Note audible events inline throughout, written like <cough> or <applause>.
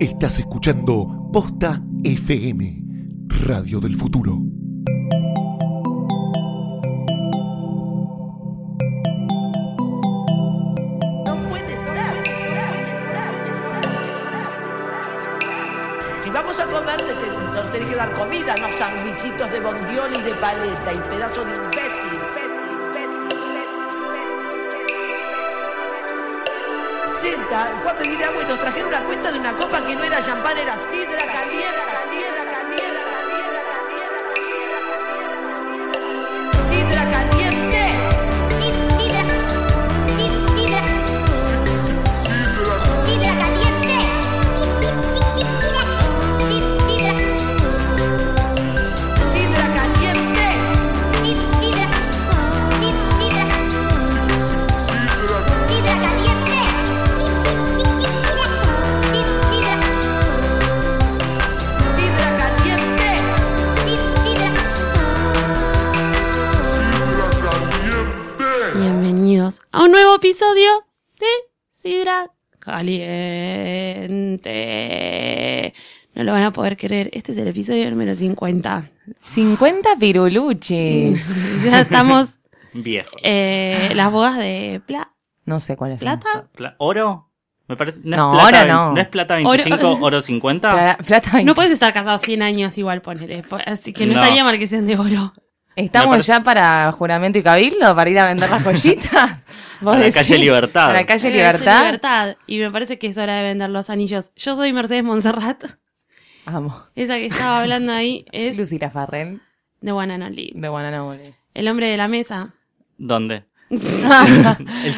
Estás escuchando Posta FM, Radio del Futuro. No puede ser. Si vamos a comer, te- te- nos tenés que dar comida, no sandwichitos de bondiol y de paleta y pedazo de imbécil. Senta, fue a pedir agua y nos trajeron una cuenta de una copa que no era champán, era sidra caliente, caliente, caliente, caliente, caliente, caliente. Sidra caliente. Sidra caliente. Sidra caliente. Bienvenidos a un nuevo episodio de Sidra Caliente. No lo van a poder creer. Este es el episodio número 50. 50 <laughs> piruluches. ya estamos Viejo. eh, las bodas de pla- No sé cuál es. plata. Pla- ¿Oro? Me parece. No, No, es plata, oro no. es plata 25, Oro- oro, 50. Pla- Plata 20. No puedes estar casado 100 años igual, ponele. po- Así que no, No. estaría marquesión de oro. Estamos Me parece- ya para juramento y cabildo, para ir a vender las <laughs> joyitas. ¿Vos A la decís? calle Libertad. A la calle Pero Libertad. Eh, es libertad. Y me parece que es hora de vender los anillos. Yo soy Mercedes Monserrat. Amo. <laughs> Esa que estaba hablando ahí es Lucila Farrell The One and Only. de <laughs> Guananamole. El hombre de la mesa. ¿Dónde? El Como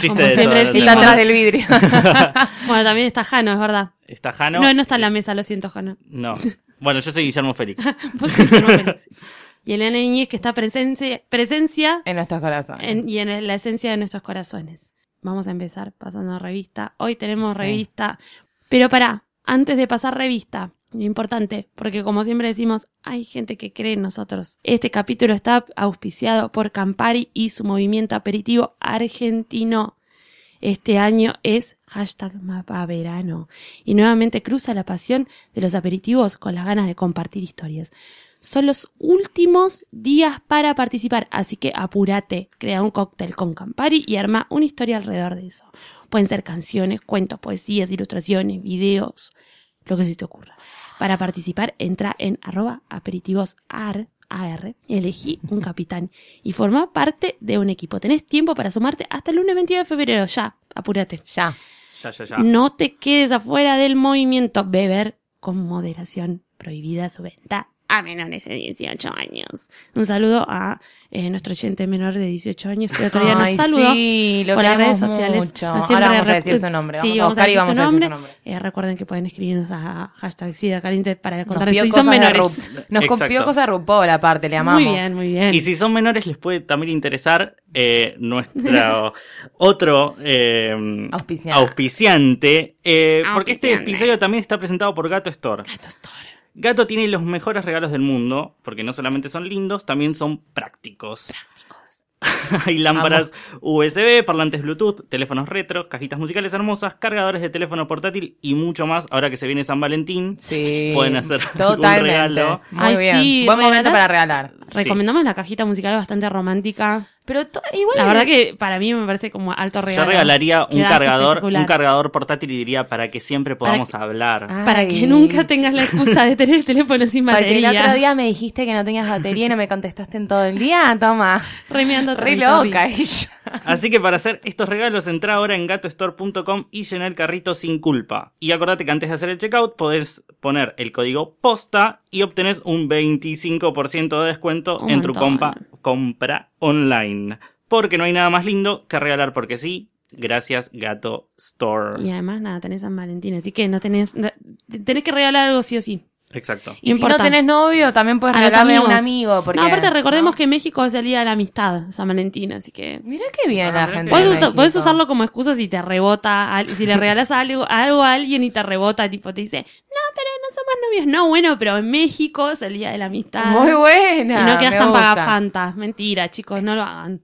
chiste de siempre todo, decimos. Está ¿no? atrás del vidrio. <laughs> Bueno, también está Jano, es verdad. ¿Está Jano? No, no está en la mesa, lo siento, Jano. No. Bueno, yo soy Guillermo <laughs> Félix. Vos sos Guillermo Félix. y Elena Iñiz, que está presencia, presencia en nuestros corazones. en- y en la esencia de nuestros corazones. Vamos a empezar pasando revista. Hoy tenemos Sí. revista. Pero pará, antes de pasar revista, lo importante, porque como siempre decimos, hay gente que cree en nosotros. Este capítulo está auspiciado por Campari y su movimiento aperitivo argentino. Este año es hashtag mapa verano y nuevamente cruza la pasión de los aperitivos con las ganas de compartir historias. Son los últimos días para participar, así que apúrate, crea un cóctel con Campari y arma una historia alrededor de eso. Pueden ser canciones, cuentos, poesías, ilustraciones, videos, lo que se te ocurra. Para participar, entra en arroba aperitivosar, AR, elegí un capitán y forma parte de un equipo. Tenés tiempo para sumarte hasta el lunes 22 de febrero, ya, apúrate. Ya. Ya, ya, ya. No te quedes afuera del movimiento. Beber con moderación. Prohibida su venta a menores de 18 años. Un saludo a eh, nuestro oyente menor de 18 años que otro día nos Ay, saludó. Sí, lo por las queremos redes sociales. mucho. No siempre Ahora vamos a rep- decir su nombre. Sí, vamos a buscar y vamos a decir su nombre. Eh, recuerden que pueden escribirnos a hashtag SIDA caliente para Nos, contar pidió si cosas, son de menores. Ru- nos Exacto. copió cosas de RuPaul aparte, le amamos. Muy bien, muy bien. Y si son menores, les puede también interesar eh, nuestro otro eh, Auspiciante. auspiciante, eh, porque este Auspiciante. episodio también está presentado por Gato Store. Gato Store. Gato tiene los mejores regalos del mundo, porque no solamente son lindos, también son prácticos. Chicos. <laughs> Hay lámparas USB, parlantes Bluetooth, teléfonos retro, cajitas musicales hermosas, cargadores de teléfono portátil y mucho más. Ahora que se viene San Valentín, Sí. Pueden hacer <laughs> algún Totalmente. regalo. Muy Ay, bien. sí, Buen momento ¿regalás? para regalar. Sí. Recomendamos la cajita musical bastante romántica. Pero to- igual. La verdad que para mí me parece como alto regalo. yo regalaría un Quedás cargador, espectacular. un cargador portátil y diría para que siempre podamos que- hablar. Para Ay. que nunca tengas la excusa de <laughs> tener el teléfono sin Porque el batería. otro día me dijiste que no tenías batería y no me contestaste en todo el día. <laughs> Toma. Remeando Re territorio. loca ella. Así que para hacer estos regalos, entra ahora en gatostore.com y llena el carrito sin culpa. Y acordate que antes de hacer el checkout podés poner el código POSTA y obtenés un 25% de descuento Un en tu montón. compa- compra online. Porque no hay nada más lindo que regalar porque sí. Gracias, Gato Store. eh. Y además, nada, tenés San Valentín, así que no tenés. Tenés que regalar algo sí o sí. Exacto. Y si Importante. no tenés novio, también puedes A los regalarle a un amigos. amigo. Porque, no, aparte, recordemos ¿no? que México es el día de la amistad, San Valentín, así que. Mirá qué bien Ah, la mirá gente. qué Podés, de bien. usar- México. podés usarlo como excusa si te rebota, al- si le regalas algo, algo a alguien y te rebota, tipo, te dice, no, pero no somos novios. No, bueno, pero en México es el día de la amistad. Muy buena. Y no quedas me tan gusta. pagafantas. Mentira, chicos, no lo hagan.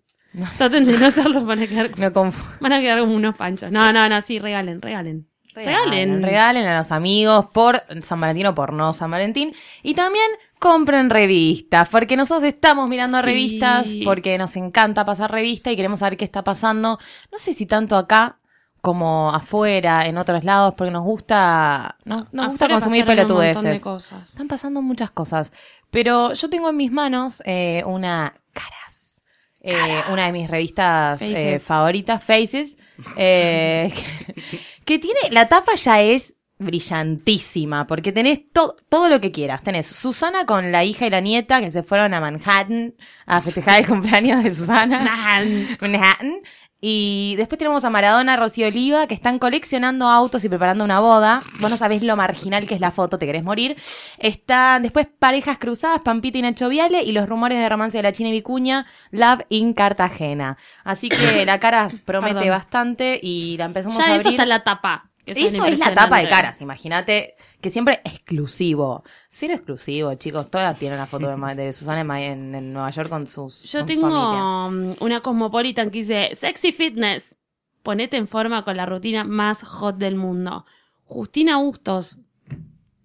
Traten de no hacerlo, van a quedar, <laughs> Me confundo. van a quedar como unos panchos. No, no, no, sí, regalen, regalen. Regalen. Regalen a los amigos por San Valentín o por no San Valentín. Y también compren revistas, porque nosotros estamos mirando Sí. revistas, porque nos encanta pasar revista y queremos saber qué está pasando. No sé si tanto acá como afuera, en otros lados, porque nos gusta, no, nos gusta Afuera consumir pasaron un montón de pelotudeces. cosas. Están pasando muchas cosas. Pero yo tengo en mis manos eh, una Caras. eh, una de mis revistas Faces. eh, favoritas, Faces. eh, <laughs> que, que tiene. La tapa ya es brillantísima. Porque tenés to- todo lo que quieras. Tenés Susana con la hija y la nieta que se fueron a Manhattan a festejar el cumpleaños de Susana. Manhattan. Y después tenemos a Maradona, Rocío y Oliva, que están coleccionando autos y preparando una boda. Vos no sabés lo marginal que es la foto, te querés morir. Están después parejas cruzadas, Pampita y Nacho Viale, y los rumores de romance de la China y Vicuña, Love in Cartagena. Así que la Caras promete Perdón. bastante y la empezamos Ya a abrir. eso está en la tapa. que son Eso es la tapa de impresionantes. caras, imagínate, que siempre exclusivo. Cero exclusivo, chicos. Todas tienen la foto de, Ma- de Susana en, Ma- en- en Nueva York con sus. Yo con su tengo familia. um, una Cosmopolitan que dice Sexy Fitness. Ponete en forma con la rutina más hot del mundo. Justina Bustos.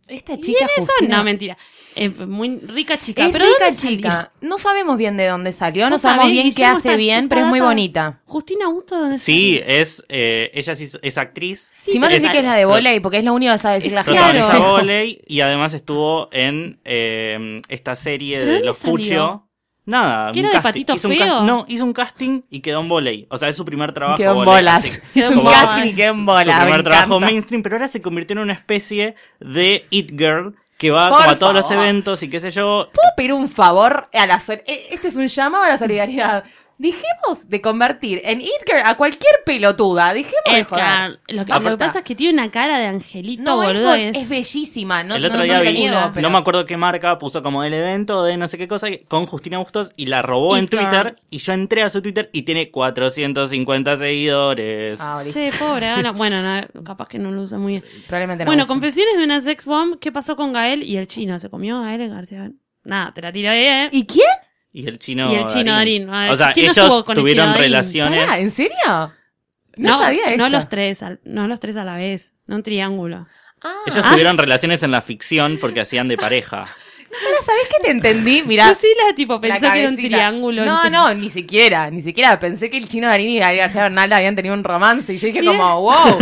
Esta chica Eso Justina- no, mentira. Eh, muy rica chica. Es pero rica ¿dónde salió? chica. No sabemos bien de dónde salió, no Vos sabemos sabés, bien qué Guillermo, hace está- bien, está pero es muy data- bonita. Justina Bustos, ¿dónde Sí, salió? es, eh, ella sí es, es actriz. Sí, si más pero decís que es la de volei, porque es lo único que sabe decir Es- la Protagoniza Claro. vóley y además estuvo en eh, esta serie ¿Pero de dónde Los salió? Pucho. Nada, ¿Que un era de casting. Patito hizo un ca- Feo? no, hizo un casting y quedó en volei. O sea, es su primer <laughs> trabajo. Quedó en vóley, bolas. así- Quedó en como- bolas y quedó en bolas. Su me primer trabajo encanta. mainstream, pero ahora se convirtió en una especie de It Girl que va Por como a todos los favor. eventos y qué sé yo. ¿Puedo pedir un favor a la sol- eh, Este es un llamado a <laughs> la solidaridad. Dijimos de convertir en Edgar a cualquier pelotuda. Dijimos de Es joder. que- lo, que, Ah, lo que está. pasa es que tiene una cara de angelito, No, es, boludo. bon- Es, es bellísima. No, el otro no- no día lo vi, niego, pero- no me acuerdo qué marca, puso como el evento de no sé qué cosa con Justina Bustos y la robó en It Girl. Twitter. Y yo entré a su Twitter y tiene 450 seguidores. Ah, listo. Che, <laughs> pobre, Ana. Bueno, no, capaz que no lo usa muy bien. Probablemente no. Bueno, use. confesiones de una sex bomb. ¿Qué pasó con Gael y el chino? ¿Se comió a Gael García? Nada, te la tiré, ¿eh? ¿Y quién? Y el chino. Y el chino Darín. A ver, O sea, ¿quién no ellos estuvo con el tuvieron chino Darín? relaciones. Pará, ¿En serio? No, sabía esto. No los tres, al- no los tres a la vez, no un triángulo. Ah. Ellos tuvieron relaciones en la ficción porque hacían de pareja. Ahora, ¿sabés qué <laughs> te entendí? Mirá. Yo sí la tipo la pensé que era un cabecita. triángulo. No, entre- no, ni siquiera, ni siquiera. Pensé que el chino Darín y Gael García Bernal habían tenido un romance y yo dije Mirá. <laughs> como, wow,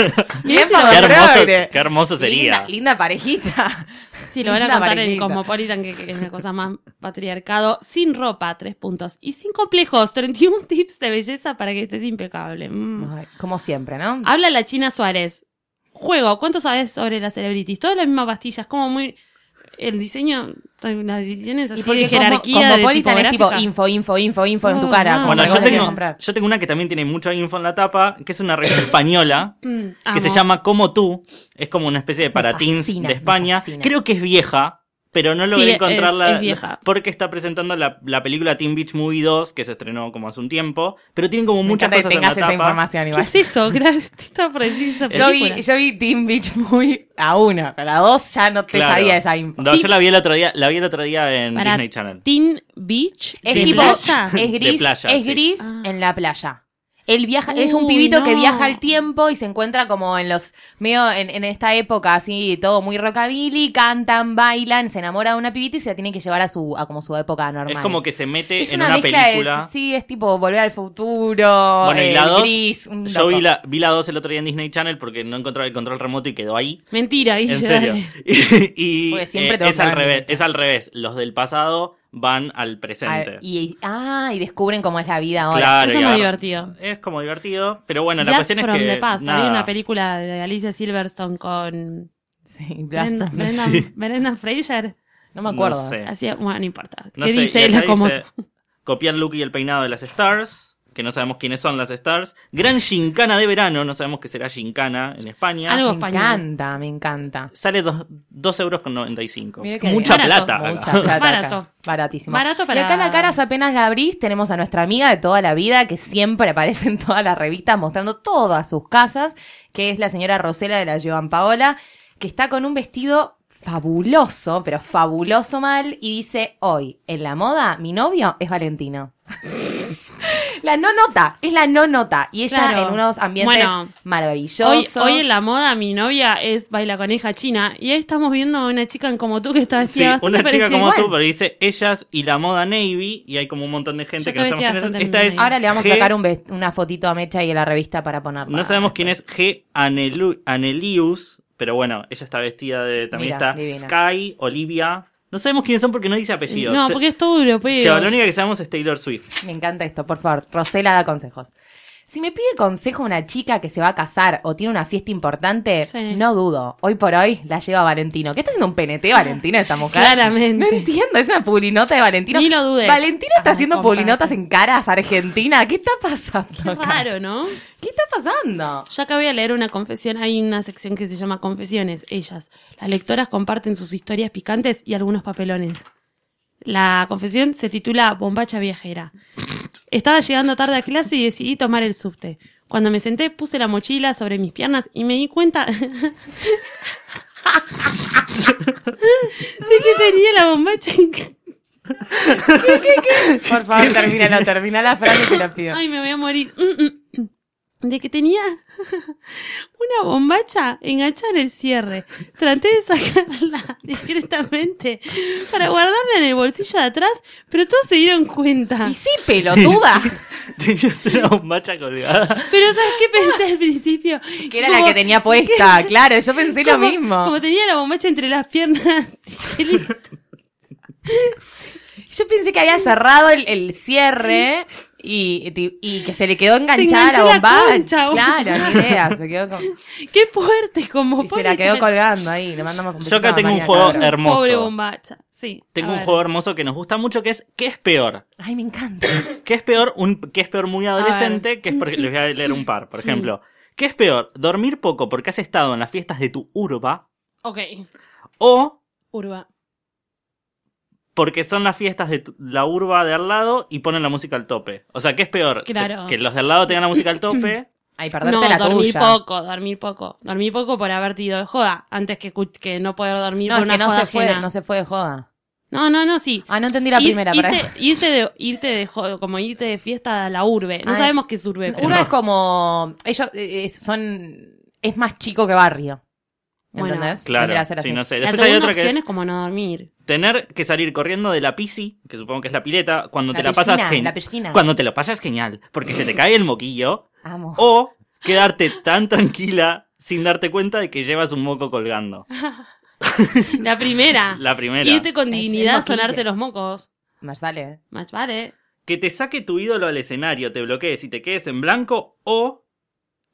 Qué bien para Qué hermoso, Freud. qué hermoso sería. Linda, linda parejita. Sí, lo van a Linda contar en parejita. Cosmopolitan, que, que es una cosa más patriarcado. Sin ropa, tres puntos. Y sin complejos, 31 <laughs> tips de belleza para que estés impecable. Mm. Ah, Ay, Como siempre, ¿no? Habla la China Suárez. Juego, ¿cuánto sabes sobre las celebrities? Todas las mismas pastillas, como muy... El diseño, las decisiones así de porque jerarquía, como, de Mm. Cosmopolitan es tipo tipográfica. info, info, info, info en tu No, cara. no. como Bueno, que yo vos querés tengo, comprar. yo tengo una que también tiene mucha info en la tapa, que es <coughs> una revista española, Mm, que se amo. llama Como tú. Es como una especie de paratins fascina, de me España. fascina. Creo que es vieja, pero no logré Sí, es- encontrarla. es vieja. Porque está presentando la, la película Teen Beach Movie 2, que se estrenó como hace un tiempo. Pero tienen como Me muchas encanta que cosas en la tengas esa tapa. información, ¿Qué igual. es eso? <laughs> Claro, está precisa. Yo vi, yo vi Team Beach muy a una, a la dos ya no te Claro. sabía esa info. No, yo la vi el otro día, la vi el otro día en Para Disney Channel. Teen Beach Es de tipo, <laughs> playa. es gris, playa, es sí. gris Ah. en la playa. Él viaja, es un Uy, pibito que no. viaja al tiempo y se encuentra como en los, medio en, en esta época así, todo muy rockabilly, cantan, bailan, se enamora de una pibita y se la tiene que llevar a su, a como su época normal. Es como que se mete Es en una, mezcla de- película. sí, es tipo volver al futuro, Bueno, y la eh, 2, gris, un yo loco. vi la, vi la 2 el otro día en Disney Channel porque no encontraba el control remoto y quedó <laughs> ahí. Mentira, Guille, En serio. dale. <laughs> Y, Porque siempre eh, tengo es que al ver revés, Disney es al revés. Los del pasado van al Ah, presente. y, ah, y descubren cómo es la vida ahora. claro, Eso y es muy agarra- divertido. Es como divertido, pero bueno, la Blast cuestión from es que the Past. nada, Había una película de Alicia Silverstone con Sí, Blast Brenda- from the- Brendan, Sí. Brendan Fraser. No me acuerdo. No sé. Hacía, bueno, no importa. No ¿Qué sé, y dice acá ella como dice, copiar look y el peinado de las Stars, que no sabemos quiénes son las Stars. Gran gincana de verano, no sabemos qué será gincana en España. Algo- Me español. encanta, me encanta. Sale 2 euros con 95. Mira que Mucha bien. plata. <laughs> Mucha plata. Barato. acá. Baratísimo. Barato para- Y acá la caras apenas la abrís, tenemos a nuestra amiga de toda la vida que siempre aparece en todas las revistas mostrando todas sus casas, que es la señora Rosela de la Joan Paola, que está con un vestido fabuloso, pero fabuloso mal, y dice, hoy, en la moda, mi novio es Valentino. <laughs> La no nota, es la no nota. Y ella Claro. en unos ambientes Bueno, Hoy, maravillosos. hoy en la moda mi novia es baila coneja china y ahí estamos viendo a una chica en como tú que está Sí, vestida una bastante chica parecida. como igual. tú, pero dice ellas y la moda navy, y hay como un montón de gente Yo que no estoy sabemos vestida quién es. bastante Esta es navy. Ahora le vamos a G- sacar un vest- una fotito a Mecha y a la revista para ponerla. No sabemos quién es G. Anelu- Anelius, pero bueno, ella está vestida de. También Mira, está divina. Sky, Olivia. No sabemos quiénes son porque no dice apellido. No, Te- porque es todo que europeo. la única que sabemos es Taylor Swift. <laughs> Me encanta esto, por favor. Rosela da consejos. Si me pide consejo una chica que se va a casar o tiene una fiesta importante, Sí. no dudo. Hoy por hoy la lleva Valentino. ¿Qué está haciendo un PNT Valentino esta mujer? Claramente. No entiendo, es una pulinota de Valentino. Ni lo dudes. Valentino está Ah, haciendo compadre. pulinotas en caras Argentina. ¿Qué está pasando? acá? Claro, ¿no? ¿Qué está pasando? Yo acá voy a leer una confesión. Hay una sección que se llama Confesiones. Ellas, las lectoras comparten sus historias picantes y algunos papelones. La confesión se titula Bombacha Viajera. Estaba llegando tarde a clase y decidí tomar el subte. Cuando me senté, puse la mochila sobre mis piernas y me di cuenta <laughs> de que tenía la bombacha en ca- Por favor, termínalo, termina la frase que lo pido. Ay, me voy a morir. Mm, mm, mm. De que tenía <laughs> una bombacha enganchada en el cierre. Traté de sacarla <laughs> discretamente para guardarla en el bolsillo de atrás, pero todos se dieron cuenta. Y sí, <laughs> pelotuda. Tenías una bombacha colgada. Pero ¿sabes qué pensé al principio? <laughs> Que era la que <laughs> tenía puesta, claro, yo pensé lo como- mismo. Como tenía la bombacha entre las piernas. <laughs> dije, "Listo". Yo pensé que había cerrado el, el cierre y, y que se le quedó enganchada enganchó la la bomba. concha, boludo. claro, ni idea, se quedó con- qué fuerte como y se la quedó colgando ahí, le mandamos un Yo besito a acá tengo un María juego Cabra. hermoso. Pobre bombacha. Sí. Tengo a un ver. juego hermoso que nos gusta mucho que es ¿Qué es peor? Ay, me encanta. ¿Qué es peor? Un, ¿Qué es peor muy adolescente? Que es porque les voy a leer un par, por ejemplo. ¿Qué es peor? ¿Dormir poco porque has estado en las fiestas de tu urba? Ok. ¿O Urba. porque son las fiestas de tu- la urba de al lado y ponen la música al tope? O sea, ¿qué es peor? Claro. ¿Que los de al lado tengan la <clears throat> música al tope? Ay, perderte No, la dormir tuya. poco, dormir poco. Dormir poco por haberte ido de joda, antes que, cu- que no poder dormir No, por es una que no joda se, fue, ajena. no se fue de joda. No, no, no, sí. Ah, no entendí la Ir- primera, irte, pará. irte de, irte de joda, como irte de fiesta a la urbe. No Ay. sabemos qué es urbe. pero- Uno es como. Ellos eh, eh, son. Es más chico que barrio. Bueno. ¿Entendés? Claro, Tendría que ser sí, así. no sé. la Después hay segunda otra que opción es es... como no dormir. tener que salir corriendo de la pisci, que supongo que es la pileta, cuando La te la piscina, pasas la genial. piscina. Cuando te la pasas genial, porque se te cae el moquillo. Amo. O quedarte tan tranquila sin darte cuenta de que llevas un moco colgando. La primera. <laughs> La primera. Irte con Es el dignidad, moquillo. sonarte los mocos. Más vale. ¿eh? Más vale. Que te saque tu ídolo al escenario, te bloquees y te quedes en blanco, o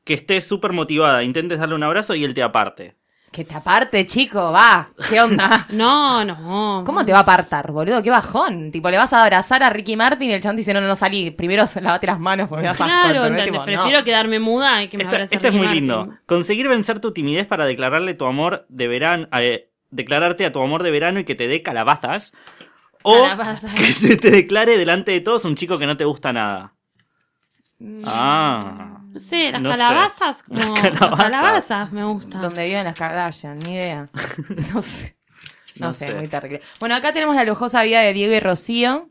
que estés súper motivada, intentes darle un abrazo y él te aparte. Que te aparte, chico, va. ¿Qué onda? No, no. ¿Cómo te va a apartar, boludo? Qué bajón. Tipo, le vas a abrazar a Ricky Martin y el chabón te dice, no, no, no salí. Primero lavate las manos porque me das asco, Claro, ¿entendés? ¿entendés? Tipo, no. prefiero quedarme muda y que me Esta, abrace esta es Ricky muy Martin. lindo. Conseguir vencer tu timidez para declararle tu amor de verano, eh, declararte a tu amor de verano y que te dé calabazas. O Calabazas. <laughs> que se te declare delante de todos un chico que no te gusta nada. Mm. Ah. No sé, las No sé. calabazas. Como, Las las calabazas. calabazas. me gustan. Donde viven las Kardashian, ni idea. No sé. No, No sé, sé. muy terrible. Bueno, acá tenemos la lujosa vida de Diego y Rocío.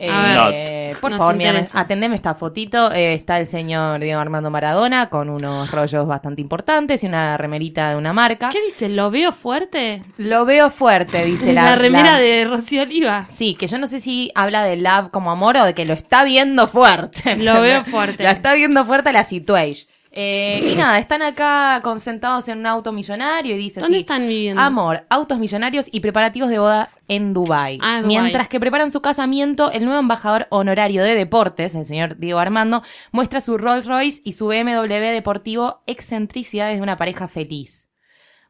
A Eh, Not. por Nos favor, mira, interesa. atendeme esta fotito. Eh, está el señor Diego Armando Maradona con unos rollos bastante importantes y una remerita de una marca. ¿Qué dice? ¿Lo veo fuerte? Lo veo fuerte, dice la, <laughs> la remera la- de Rocío Oliva. Sí, que yo no sé si habla de love como amor o de que lo está viendo fuerte. Lo ¿entendés? veo fuerte. Lo está viendo fuerte la situation. Eh, y nada, están acá consentados en un auto millonario y dice ¿Dónde así, están viviendo? Amor, autos millonarios y preparativos de bodas en Dubái. Ah, Dubái. Mientras que preparan su casamiento, el nuevo embajador honorario de deportes, el señor Diego Armando, muestra su Rolls Royce y su BMW deportivo Excentricidades de una pareja feliz.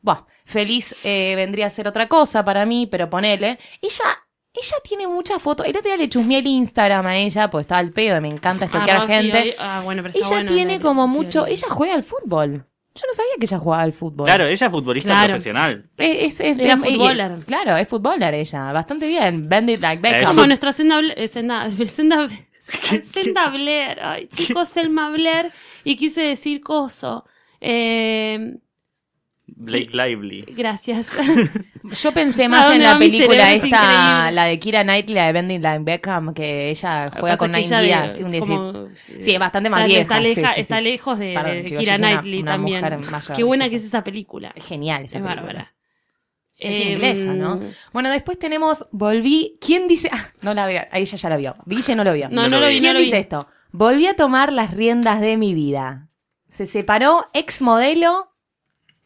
Buah, feliz eh, vendría a ser otra cosa para mí, pero ponele. Ella, ella tiene muchas fotos. El otro día le chusmeé el Instagram a ella, pues estaba al pedo, me encanta Ah, stalkear Rocío gente. Oli- ah, bueno, pero está ella bueno tiene el de como Rocío mucho. Oliva. Ella juega al fútbol. Yo no sabía que ella jugaba al fútbol. Claro, ella es futbolista Claro. profesional. Es, es, es- Era es- futboler. y- claro, es futboler ella. Bastante bien. Bandit like Beckham. Como nuestra senda, Bla- eh, senda, <laughs> senda, senda Blair. Ay, chicos, Selma Blair. Y quise decir coso. Eh, Blake Lively. <laughs> Gracias. Yo pensé ¿A más en dónde la va mi película cerebro? Es esta, increíble. la de Kira Knightley, la de Bending Line Beckham, que ella juega Pasa con que Nine ella de- Díaz. un es decir. como- Sí, es bastante más está, vieja. Está, leja- sí, sí, sí. está lejos de, Perdón, de chicos, yo Kira soy una- Knightley una también. mujer mayor. Qué buena que es esa película. Es Genial esa película. bárbara. Es Em, inglesa, ¿no? Bueno, después tenemos Volví. ¿Quién dice.? Ah, no la veo. Ahí ella ya la vio. Guille no lo vio. No, No no, lo lo vi. vi, no ¿Quién lo dice vi. esto? Volví a tomar las riendas de mi vida. Se separó ex modelo,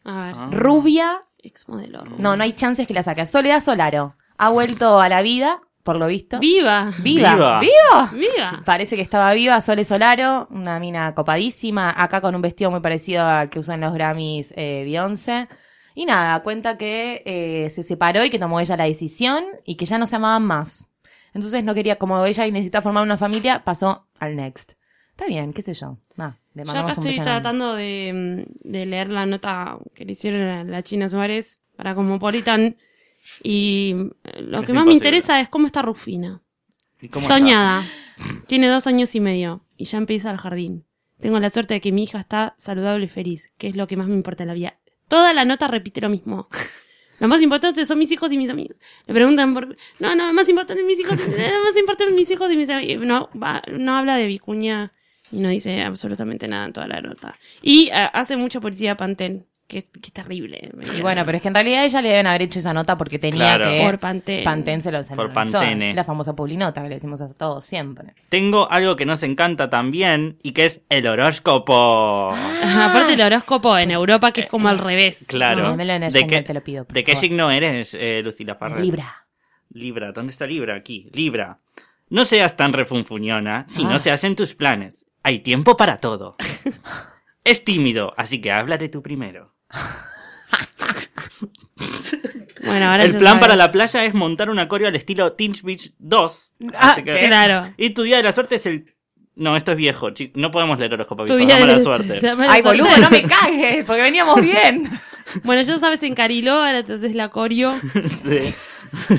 A ver, Ah. rubia. ex modelo. No, no hay chances que la saque. Soledad Solaro. Ha vuelto a la vida, por lo visto. Viva. Viva. Viva. Viva. Viva. Parece que estaba viva Sole Solaro, una mina copadísima, acá con un vestido muy parecido al que usan los Grammys eh, Beyoncé. Y nada, cuenta que eh, se separó y que tomó ella la decisión y que ya no se amaban más. Entonces no quería, como ella necesita formar una familia, pasó al Next. Está bien, qué sé yo. Nada, le Yo acá mandamos un estoy beso enorme. tratando de, mm, de leer la nota que le hicieron a la China Suárez para Cosmopolitan. Y eh, lo Es que más me imposible. interesa es cómo está Rufina. ¿Y cómo está? Soñada. Tiene dos años y medio y ya empieza el jardín. Tengo la suerte de que mi hija está saludable y feliz, que es lo que más me importa en la vida. Toda la nota repite lo mismo. Lo más importante son mis hijos y mis amigos. Le preguntan por... No, no, lo más importante es mis hijos. Lo más importante es mis hijos y mis amigos. No, va- no habla de Vicuña y no dice absolutamente nada en toda la nota. Y ah, hace mucho policía Pantén, que, es- que es terrible. Y bueno, pero es que en realidad ella le deben haber hecho esa nota porque tenía Claro. que... Por Pantén. Pantén se lo se Por lo lanzó, Pantene. La famosa pulinota que le decimos a todos siempre. Tengo algo que nos encanta también y que es el horóscopo. Ah. Aparte el horóscopo en Europa, que es como al revés. Claro. ¿no? Dámelo en el ¿De Gmail, qué, te lo pido, por ¿de qué favor. signo eres, eh, Lucila Parra? Libra. Libra, ¿dónde está Libra? Aquí, Libra. No seas tan refunfuñona si Ah. no se hacen tus planes. Hay tiempo para <laughs> todo. es tímido, así que háblate tú primero. Bueno, ahora El ya plan para sabes. la playa es montar un acorio al estilo Teen Beach 2. Ah, así <laughs> que- Claro. Y tu día de la suerte es el... No, esto es viejo, chi- No podemos leer horóscopo Tu viejo. día da mala de- <laughs> suerte. da mala Ay, suerte. boludo, no me cagues, porque veníamos bien. Bueno, ya sabes, en Cariló, ahora te haces la corio. <laughs> <laughs> de,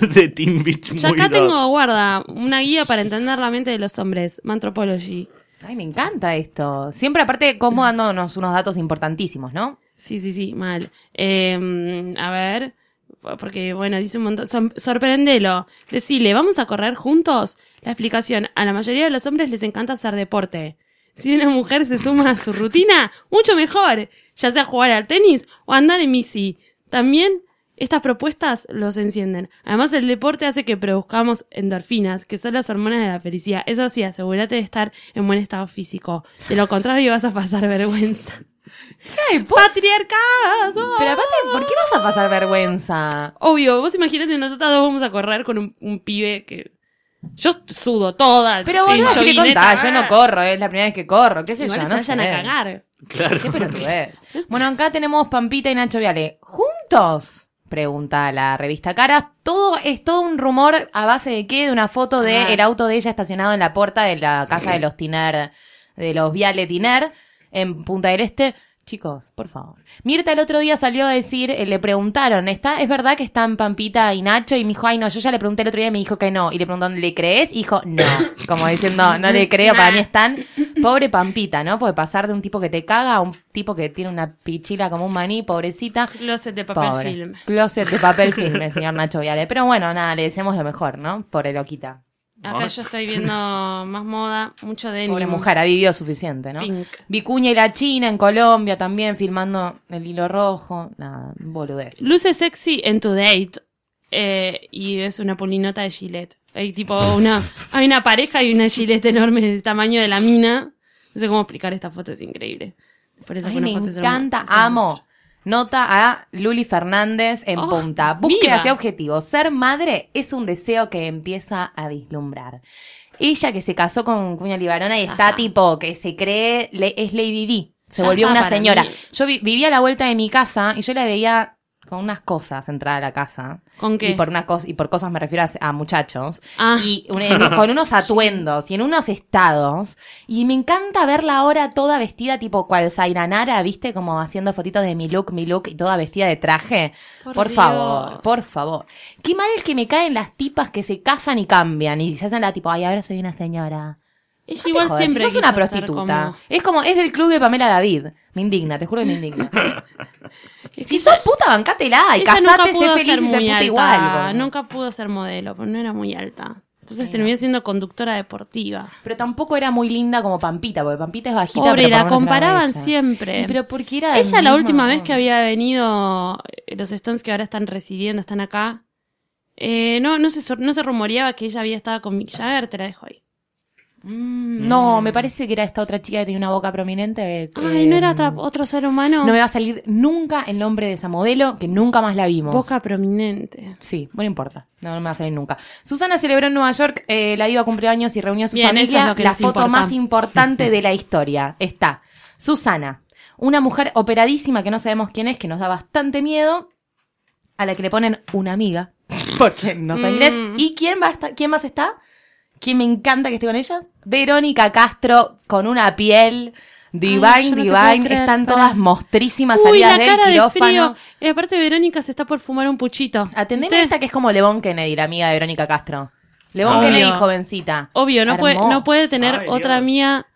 de Teen Beach Yo muy acá 2. tengo, guarda, una guía para entender la mente de los hombres, Mantropology. Ay, me encanta esto. Siempre, aparte, como dándonos unos datos importantísimos, ¿no? Sí, sí, sí, mal. Eh, a ver, porque bueno, dice un montón. Sor- sorprendelo. Decile, ¿vamos a correr juntos? La explicación, a la mayoría de los hombres les encanta hacer deporte. Si una mujer se suma a su rutina, mucho mejor, ya sea jugar al tenis o andar en bici. También estas propuestas los encienden. Además, el deporte hace que produzcamos endorfinas, que son las hormonas de la felicidad. Eso sí, asegúrate de estar en buen estado físico. De lo contrario, vas a pasar <laughs> vergüenza. Ay, po- ¡Patriarcado! Pero aparte, ¿por qué vas a pasar vergüenza? Obvio, vos imaginate, nosotras dos vamos a correr con un, un pibe que. Yo sudo toda. Pero sí, boludo, si te joguineta, contás, yo no ah. corro, es la primera vez que corro, qué sé Igual yo, se no vayan sé. a cagar. Claro. <laughs> Qué <laughs> pelotudez. Bueno, acá tenemos Pampita y Nacho Viale. ¿Juntos? Pregunta la revista Caras. Todo es todo un rumor a base de qué? De una foto de Ah. el auto de ella estacionado en la puerta de la casa de los Tiner, de los Viale Tiner, en Punta del Este. Chicos, por favor. Mirta el otro día salió a decir, eh, le preguntaron, ¿está, ¿es verdad que están Pampita y Nacho? Y me dijo, ay no, yo ya le pregunté el otro día y me dijo que no. Y le preguntaron, ¿le crees? Y dijo, <coughs> no. Como diciendo, no le creo, para mí están. Pobre Pampita, ¿no? Porque pasar de un tipo que te caga a un tipo que tiene una pichila como un maní, pobrecita. Closet de papel Pobre. film. Closet <laughs> de papel film, el señor Nacho Viale. Pero bueno, nada, le deseamos lo mejor, ¿no? Pobre loquita. Acá yo estoy <laughs> viendo más moda, mucho de Pobre mujer, ha vivido suficiente, ¿no? Pink. Vicuña y la China en Colombia también, filmando el hilo rojo. Nada, boludez. Luce sexy en tu date. Eh, y es una pulinota de Gillette. Hay tipo <laughs> una. Hay una pareja y una Gillette enorme del tamaño de la mina. No sé cómo explicar esta foto, es increíble. Por eso Ay, que una me foto es hermo- encanta, es un amo. Nota a Luli Fernández en Oh, punta. Búsqueda viva. hacia objetivo. Ser madre es un deseo que empieza a vislumbrar. Ella que se casó con Cuña Libarona y Ya está está. tipo que se cree, le- es Lady D. Se Ya volvió está una para señora. mí. Yo vi- vivía a la vuelta de mi casa y yo la veía con unas cosas entrar a la casa. ¿Con qué? Y por, una cosa y por cosas me refiero a, a muchachos. Ah. Y un- en- con <laughs> unos atuendos y en unos estados. Y me encanta verla ahora toda vestida tipo cual Zairanara, ¿viste? Como haciendo fotitos de mi look, mi look y toda vestida de traje. Por Por, Dios. favor, por favor. Qué mal que me caen las tipas que se casan y cambian y se hacen la tipo, ay, ahora soy una señora. Ella No te igual jodas, siempre. sos quiso una ser prostituta. como- <laughs> Es como, es del club de Pamela David. Me indigna, te juro que me indigna. Si sos puta, bancátela y Ella casate, sé pudo feliz y sé puta alta. igual. boludo. Nunca pudo ser modelo, porque no era muy alta. Entonces terminó siendo conductora deportiva. Pero tampoco era muy linda como Pampita, porque Pampita es bajita. Pobre, pero por la lo menos era comparaban bella. siempre. Y pero porque era Ella la misma- última vez que había venido eh, los Stones que ahora están residiendo, están acá. eh, no, no se sor- no se rumoreaba que ella había estado con Mick Jagger, te la dejo ahí. Mm, No, me parece que era esta otra chica que tenía una boca prominente. eh, Ay, no era otra- otro ser humano. No me va a salir nunca el nombre de esa modelo, que nunca más la vimos. Boca prominente. Sí, no importa. No, no me va a salir nunca. Susana celebró en Nueva York, eh, la diva cumpleaños y reunió a su Bien, eso familia. es lo que la nos foto importa. más importante de la historia está. Susana, una mujer operadísima que no sabemos quién es, que nos da bastante miedo, a la que le ponen una amiga, <laughs> porque no sabe quién es. Mm. ¿Y quién, va a estar- quién más está? ¿Quién me encanta que esté con ellas? Verónica Castro, con una piel divine, Ay, yo no te puedo divine. creer, Están pará. todas mostrísimas, Uy, salidas la del cara de quirófano. frío. Y aparte Verónica se está por fumar un puchito. Atendeme a Ustedes- esta que es como Levon Kennedy, la amiga de Verónica Castro. Levon Ah. Obvio. Kennedy, jovencita. Obvio, no puede, Hermosa. no puede tener Ay, otra Dios. mía.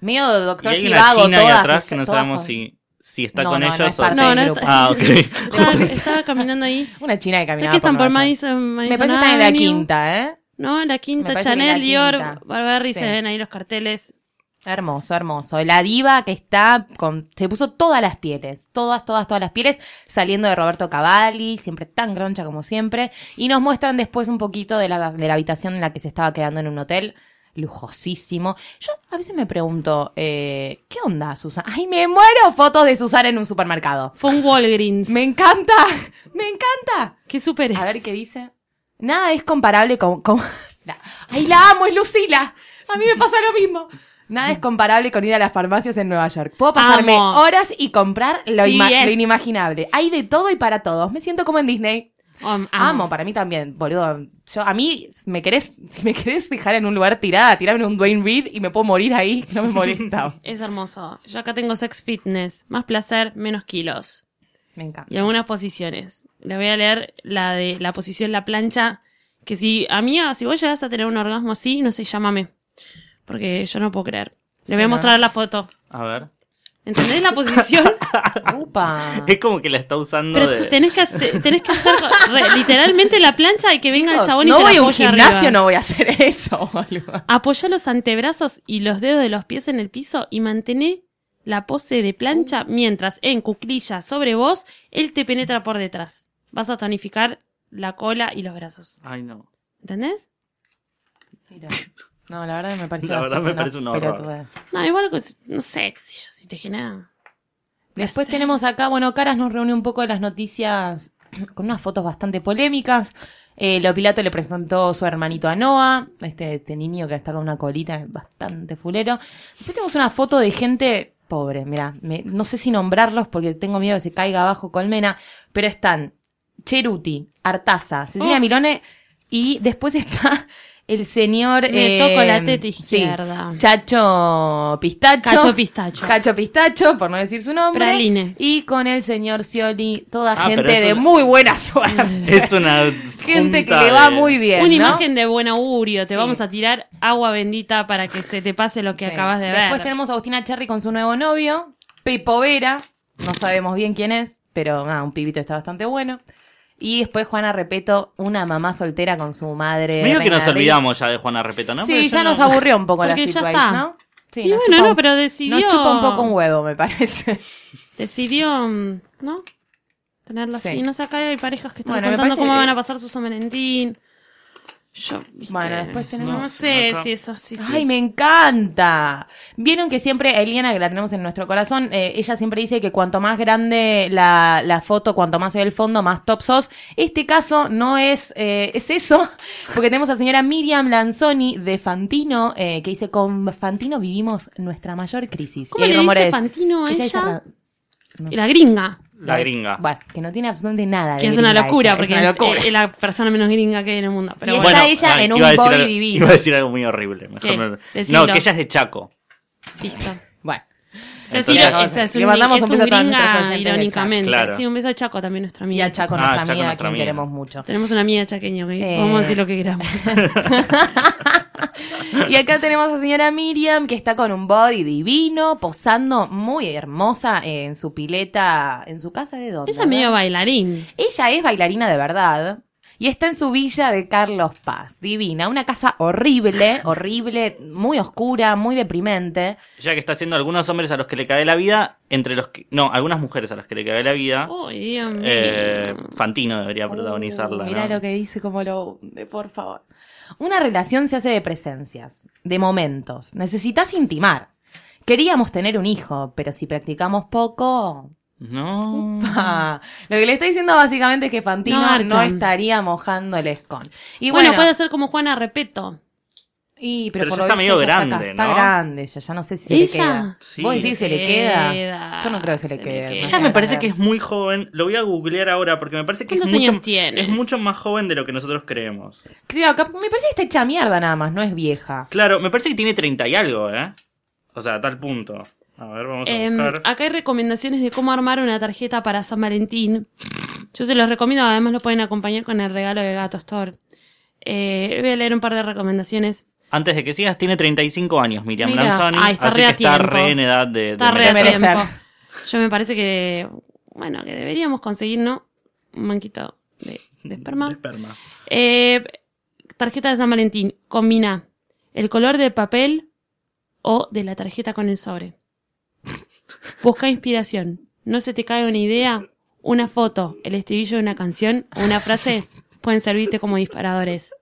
Medio Y doctor hay una Sivago, china ahí todas. atrás que no todas sabemos con- si, si está No, con no, no ellos es o parte si- No, del no grupo. está- Ah, ok. <laughs> Estaba, estaba caminando ahí. Una china que Creo caminaba que están por Nueva York. Madison, Madison Me parece que están en la Avenue. quinta, ¿eh? No, la Me quinta, parece que Chanel, la Dior, quinta. Barberry, Sí. se ven ahí los carteles. Hermoso, hermoso. La diva que está con. Se puso todas las pieles. Todas, todas, todas las pieles. Saliendo de Roberto Cavalli, siempre tan groncha como siempre. Y nos muestran después un poquito de la, de la habitación en la que se estaba quedando en un hotel. Lujosísimo. Yo a veces me pregunto, eh, ¿qué onda, Susana? ¡Ay, me muero! Fotos de Susana en un supermercado. Fue un Walgreens. ¡Me encanta! <laughs> ¡Me encanta! ¿Qué super es? A ver qué dice. Nada es comparable con. con- <laughs> La- ¡Ay, la amo! ¡Es Lucila! A mí me pasa lo mismo. Nada es comparable con ir a las farmacias en Nueva York. Puedo pasarme Amo. horas y comprar lo, Sí ima- es. lo inimaginable. Hay de todo y para todos. Me siento como en Disney. Oh, amo. Amo, para mí también, boludo. Yo, a mí, si me querés, si me querés dejar en un lugar tirada, tirame en un Dwayne Reed y me puedo morir ahí, no <laughs> me molesta. Es hermoso. Yo acá tengo sex fitness. Más placer, menos kilos. me encanta. Y algunas posiciones. Le voy a leer la de la posición la plancha. Que si, amiga, si vos llegas a tener un orgasmo así, no sé, llámame. Porque yo no puedo creer. Le Sí, voy a ¿no? mostrar la foto. <laughs> A ver. ¿Entendés la posición? Upa. Es como que la está usando Pero de. tenés que, te- tenés que hacer re- literalmente la plancha y que venga Chicos, el chabón y no te la voy a un apoye gimnasio, arriba. no voy a hacer <laughs> eso, boludo. Apoya los antebrazos y los dedos de los pies en el piso y mantén la pose de plancha mientras en cuclilla sobre vos él te penetra por detrás. Vas a tonificar la cola y los brazos. Ay, no. ¿Entendés? Mira. No, la verdad me parece La verdad bastante me parece un una horror. pelotudez. No, igual, que- no sé, qué sé yo, si te genera. Después sé. tenemos acá, bueno, Caras nos reúne un poco de las noticias <clears throat> con unas fotos bastante polémicas. Eh, Lopilato le presentó su hermanito a Noah, este, este niño que está con una colita bastante fulero. Después tenemos una foto de gente pobre, mira, no sé si nombrarlos porque tengo miedo que se caiga abajo Colmena, pero están Cheruti, Artaza, Cecilia Uf. Milone y después está el señor... Me eh, toco la teta sí, izquierda. Chacho Pistacho. Cacho Ah. Pistacho. Cacho Pistacho, por no decir su nombre. Praline. Y con el señor Scioli, toda Ah, pero gente es de una- muy buena suerte. Es una. <laughs> gente que junta le va de- muy bien. Mm. Una ¿no? imagen de buen augurio. Te Sí. vamos a tirar agua bendita para que se te pase lo que Sí. acabas de Después ver. tenemos a Agustina Cherry con su nuevo novio, Pepo Vera. No sabemos bien quién es, pero ah, un pibito está bastante bueno. Y después Juana Repeto, una mamá soltera con su madre. Medio que Reina nos Rich. olvidamos ya de Juana Repeta, ¿no? Sí, Porque ya yo nos no- aburrió un poco la Porque ya situación, está. ¿no? Sí, Y nos bueno, chupa no, un- pero decidió. Nos chupa un poco un huevo, me parece. decidió, mm, ¿no? Tenerlo Sí. así. No sé, acá hay parejas que están Bueno, me contando parece- cómo van a pasar su San Valentín. Yo, viste, Bueno, después tenemos- No sé Acá. si eso sí. sí. Ay, me encanta. Vieron que siempre a Eliana, que la tenemos en nuestro corazón, eh, ella siempre dice que cuanto más grande la, la foto, cuanto más se ve el fondo, más top sos. Este caso no es, eh, es eso, <laughs> porque tenemos a señora Miriam Lanzoni de Fantino, eh, que dice, con Fantino vivimos nuestra mayor crisis. ¿Cómo Y hay le dice rumores. Fantino a Que ella? ra- Y La gringa. La gringa. Bueno, que no tiene absolutamente nada. de Que es una gringa locura, ella, porque es una locura. es es la persona menos gringa que hay en el mundo. Pero Y bueno, está ella en un iba a decir body algo- divino. Iba a decir algo muy horrible. mejor ¿Qué? no- no, Decilo. que ella es de Chaco. listo. Bueno. Esa sí, Entonces- esa es un, Le mandamos es un beso a todos gringa, nuestros oyentes del chat. irónicamente. Claro. Sí, un beso a Chaco también, nuestra Y amiga. a Chaco, Ah, nuestra Chaco, amiga, nuestra a quien amiga. queremos mucho. Eh. <laughs> Tenemos una amiga chaqueña, ¿ok? Eh. Vamos a decir lo que queramos. <laughs> Y acá tenemos a señora Miriam, que está con un body divino, posando muy hermosa en su pileta, en su casa de dónde. Ella es medio ¿verdad? bailarín. Ella es bailarina de verdad. Y está en su villa de Carlos Paz, divina, una casa horrible, horrible, muy oscura, muy deprimente. Ya que está haciendo algunos hombres a los que le cae la vida, entre los que. No, algunas mujeres a las que le cae la vida. Oh, Uy, Dios mío. eh, Fantino debería protagonizarla. Mira ¿no? Oh, Uh, lo que dice como lo hunde, por favor. Una relación se hace de presencias, de momentos. Necesitas intimar. Queríamos tener un hijo, pero si practicamos poco. <laughs> No. pa. Lo que le está diciendo básicamente es que Fantino No no, garchan. estaría mojando el escón. Y Y bueno, bueno, puede ser como Juana Repeto. y, pero, Pero por ya lo está visto ella medio está acá, grande, está ¿no? grande, ya, ya no sé si se ¿Ella? le queda. Sí. Vos decís, se le queda. Queda. Yo no creo que se le quede. queda. Ella me parece que es muy joven. Lo voy a googlear ahora porque me parece que es ¿Cuántos mucho, años tiene? es mucho más joven de lo que nosotros creemos. Creo que me parece que está hecha mierda nada más, no es vieja. Claro, me parece que tiene 30 y algo, ¿eh? O sea, a tal punto. A ver, vamos a Em, Eh, buscar. acá hay recomendaciones de cómo armar una tarjeta para San Valentín. Yo se los recomiendo, además lo pueden acompañar con el regalo de Gato Store. Eh, voy a leer un par de recomendaciones. Antes de que sigas, tiene 35 años Miriam Mira. Lanzani. Ah, está así re que a está tiempo. re en edad de, de Está re merecer. de merecer. tiempo. Yo me parece que, bueno, que deberíamos conseguir, ¿no? Un banquito de, de De esperma. esperma. Eh, tarjeta de San Valentín. Combina el color del papel o de la tarjeta con el sobre. Busca inspiración. No se te cae una idea, una foto, el estribillo de una canción o una frase pueden servirte como disparadores.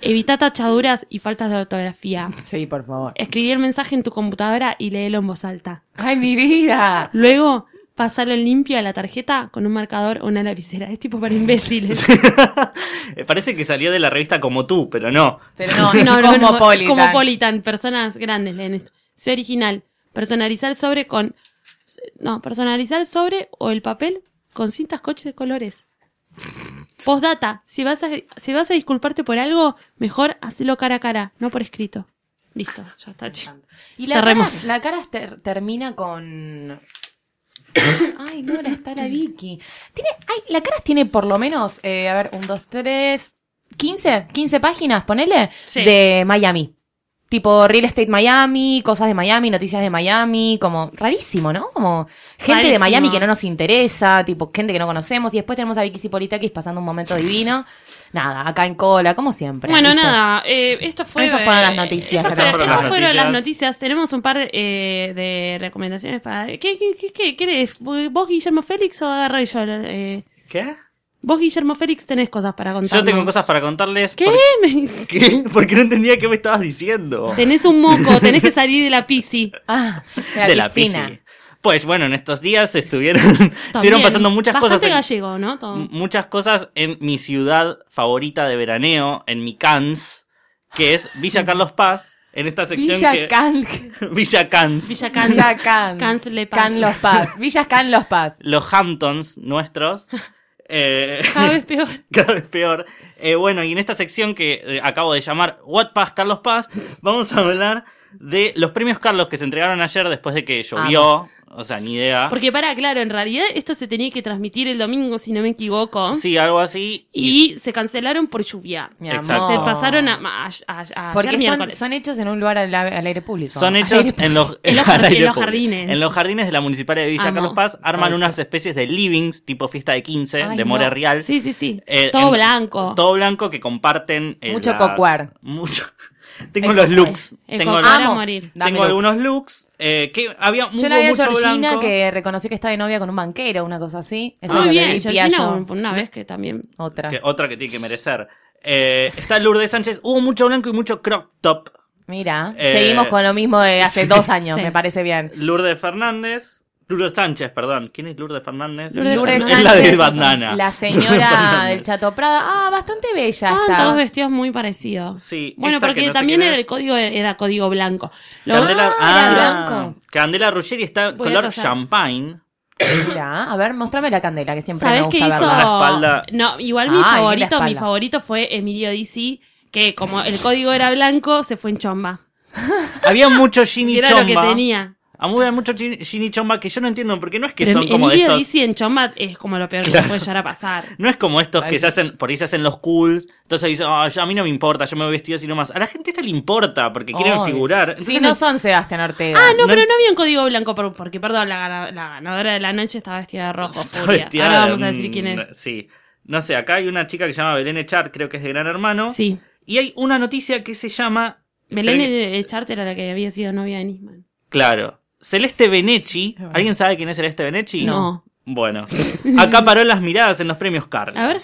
Evita tachaduras y faltas de ortografía. Sí, por favor. Escribí el mensaje en tu computadora y léelo en voz alta. ¡Ay, mi vida! Luego, pasalo limpio a la tarjeta con un marcador o una lapicera. Es tipo para imbéciles. Eh, Parece que salió de la revista como tú, pero no. Pero <laughs> no, es cosmopolitan. Cosmopolitan, personas grandes leen esto. Sé original. Personalizar el sobre con. No, personalizar el sobre o el papel con cintas coches de colores. Postdata. Si vas a, si vas a disculparte por algo, mejor hacelo cara a cara, no por escrito. Listo, ya está, chico. Y la Cerremos. cara, la cara ter- termina con. Ay, no, la está la Vicky. Tiene, ay, la cara tiene por lo menos, eh, a ver, un, dos, tres, 15, 15 páginas, ponele, Sí. de Miami. Tipo Real Estate Miami, cosas de Miami, noticias de Miami, como rarísimo, ¿no? Como gente de Rarísimo. Miami que no nos interesa, tipo gente que no conocemos. Y después tenemos a Vicky Zipolitakis pasando un momento divino. Nada, acá en cola, como siempre. Bueno, ¿viste? nada, eh, esto fue. Esas fueron las noticias, Estas creo. fueron, Estas estas fueron las noticias. noticias. Tenemos un par eh, de recomendaciones para. ¿Qué, qué, qué, qué querés? ¿Vos, Guillermo Félix, o agarro yo? Eh, ¿Qué? vos, Guillermo Félix, tenés cosas para contar. Yo tengo cosas para contarles. ¿Qué? porque- <laughs> Me dice- ¿Qué? Porque no entendía qué me estabas diciendo. Tenés un moco, tenés que salir de la pisi. <laughs> Ah, la de la piscina. piscina. Pues bueno, en estos días estuvieron, <laughs> <laughs> estuvieron También. pasando muchas Bastante cosas. en- Mm. gallego, ¿no? Todo. m- muchas cosas en mi ciudad favorita de veraneo, en mi Cans, que es <laughs> Villa Carlos Paz, en esta sección Villa que Can- <laughs> Villa Cans. Villa Can. Villa Can. Cans Le Paz. Can <laughs> Los Paz. Villas Can Los Paz. Los Hamptons nuestros. Eh, Cada vez peor. <laughs> Cada vez peor. Eh, bueno, y en esta sección que eh, acabo de llamar What Paz Carlos Paz, vamos a hablar de los premios Carlos que se entregaron ayer después de que llovió. Ah, O sea, ni idea. Porque para, claro, en realidad esto se tenía que transmitir el domingo, si no me equivoco. Sí, algo así. Y, se cancelaron por lluvia. Mi Exacto. Se Oh. pasaron a, a, a- a- Porque ayer son, miércoles. son hechos en un lugar al, al aire público. Son Al hechos aire- en los, En los al jardines. aire En los público. jardines. En los jardines de la municipalidad de Villa Amo. Carlos Paz arman Sí, unas especies de livings, tipo fiesta de 15, Ay, de More no. Real. Sí, sí, sí. Eh, todo en- blanco. Todo blanco que comparten. eh, Mucho cocuar. Mucho. <laughs> Tengo El los cocuar. looks. El tengo cocuar los- a morir. Dame tengo looks. algunos looks. eh, que había Yo hubo la vi a mucho Georgina blanco. que reconoció que está de novia con un banquero, una cosa así. Eso es Muy lo que bien, vi, Georgina, Piaggio. un- una vez que también. Otra. que- otra que tiene que merecer. Eh, está Lourdes Sánchez. Hubo mucho blanco y mucho crop top. Mira, Eh, seguimos con lo mismo de hace sí. dos años, Sí. me parece bien. Lourdes Fernández. Lourdes Sánchez, perdón. ¿Quién es Lourdes Fernández? Lourdes es Fernández. la de bandana. La Lourdes señora Fernández. del Chato Prada. Ah, bastante bella Estaban está. todos vestidos muy parecidos. Sí, Bueno, esta que porque no sé también quién era es. el código era código blanco. Lo- Candela, Ah, ah, era blanco. Candela Ruggeri Voy está a color tosar. champagne. Mirá, a ver, mostrame la candela que siempre me ¿Sabes gusta qué hizo? verla. verla. La espalda. No, igual mi Ay, la favorito, espalda. mi favorito fue Emilio Dizzy, que como el código era blanco, se fue en chomba. Había mucho Jimmy Era Chomba. lo que tenía. Amuda hay mucho chin- chinichomba que yo no entiendo porque no es que Pero son como de Emilio estos. dice en Chombat es como lo peor que Claro. puede llegar a pasar. <laughs> No es como estos que Ay, se hacen, por ahí se hacen los cools. Entonces dicen, "Ah, yo- a mí no me importa, yo me voy vestido así nomás. A la gente esta le importa porque quieren Obvio. figurar. Si Entonces no no- <laughs> son Sebastián Ortega. Ah, no, No- pero no había un código blanco por- porque, perdón, la, gana- la ganadora de la noche estaba vestida de rojo. Está Furia. vestida Ahora de- mm, vamos a decir quién es. Sí. No sé, acá hay una chica que se llama Belén Echar, creo que es de Gran Hermano. Sí. Y hay una noticia que se llama. Belén Esperen- eh, Charter era la que había sido novia de Nisman. Claro. Celeste Benechi. ¿Alguien sabe quién es Celeste Benechi? No. Bueno. Acá paró las miradas en los premios Carlos. A ver.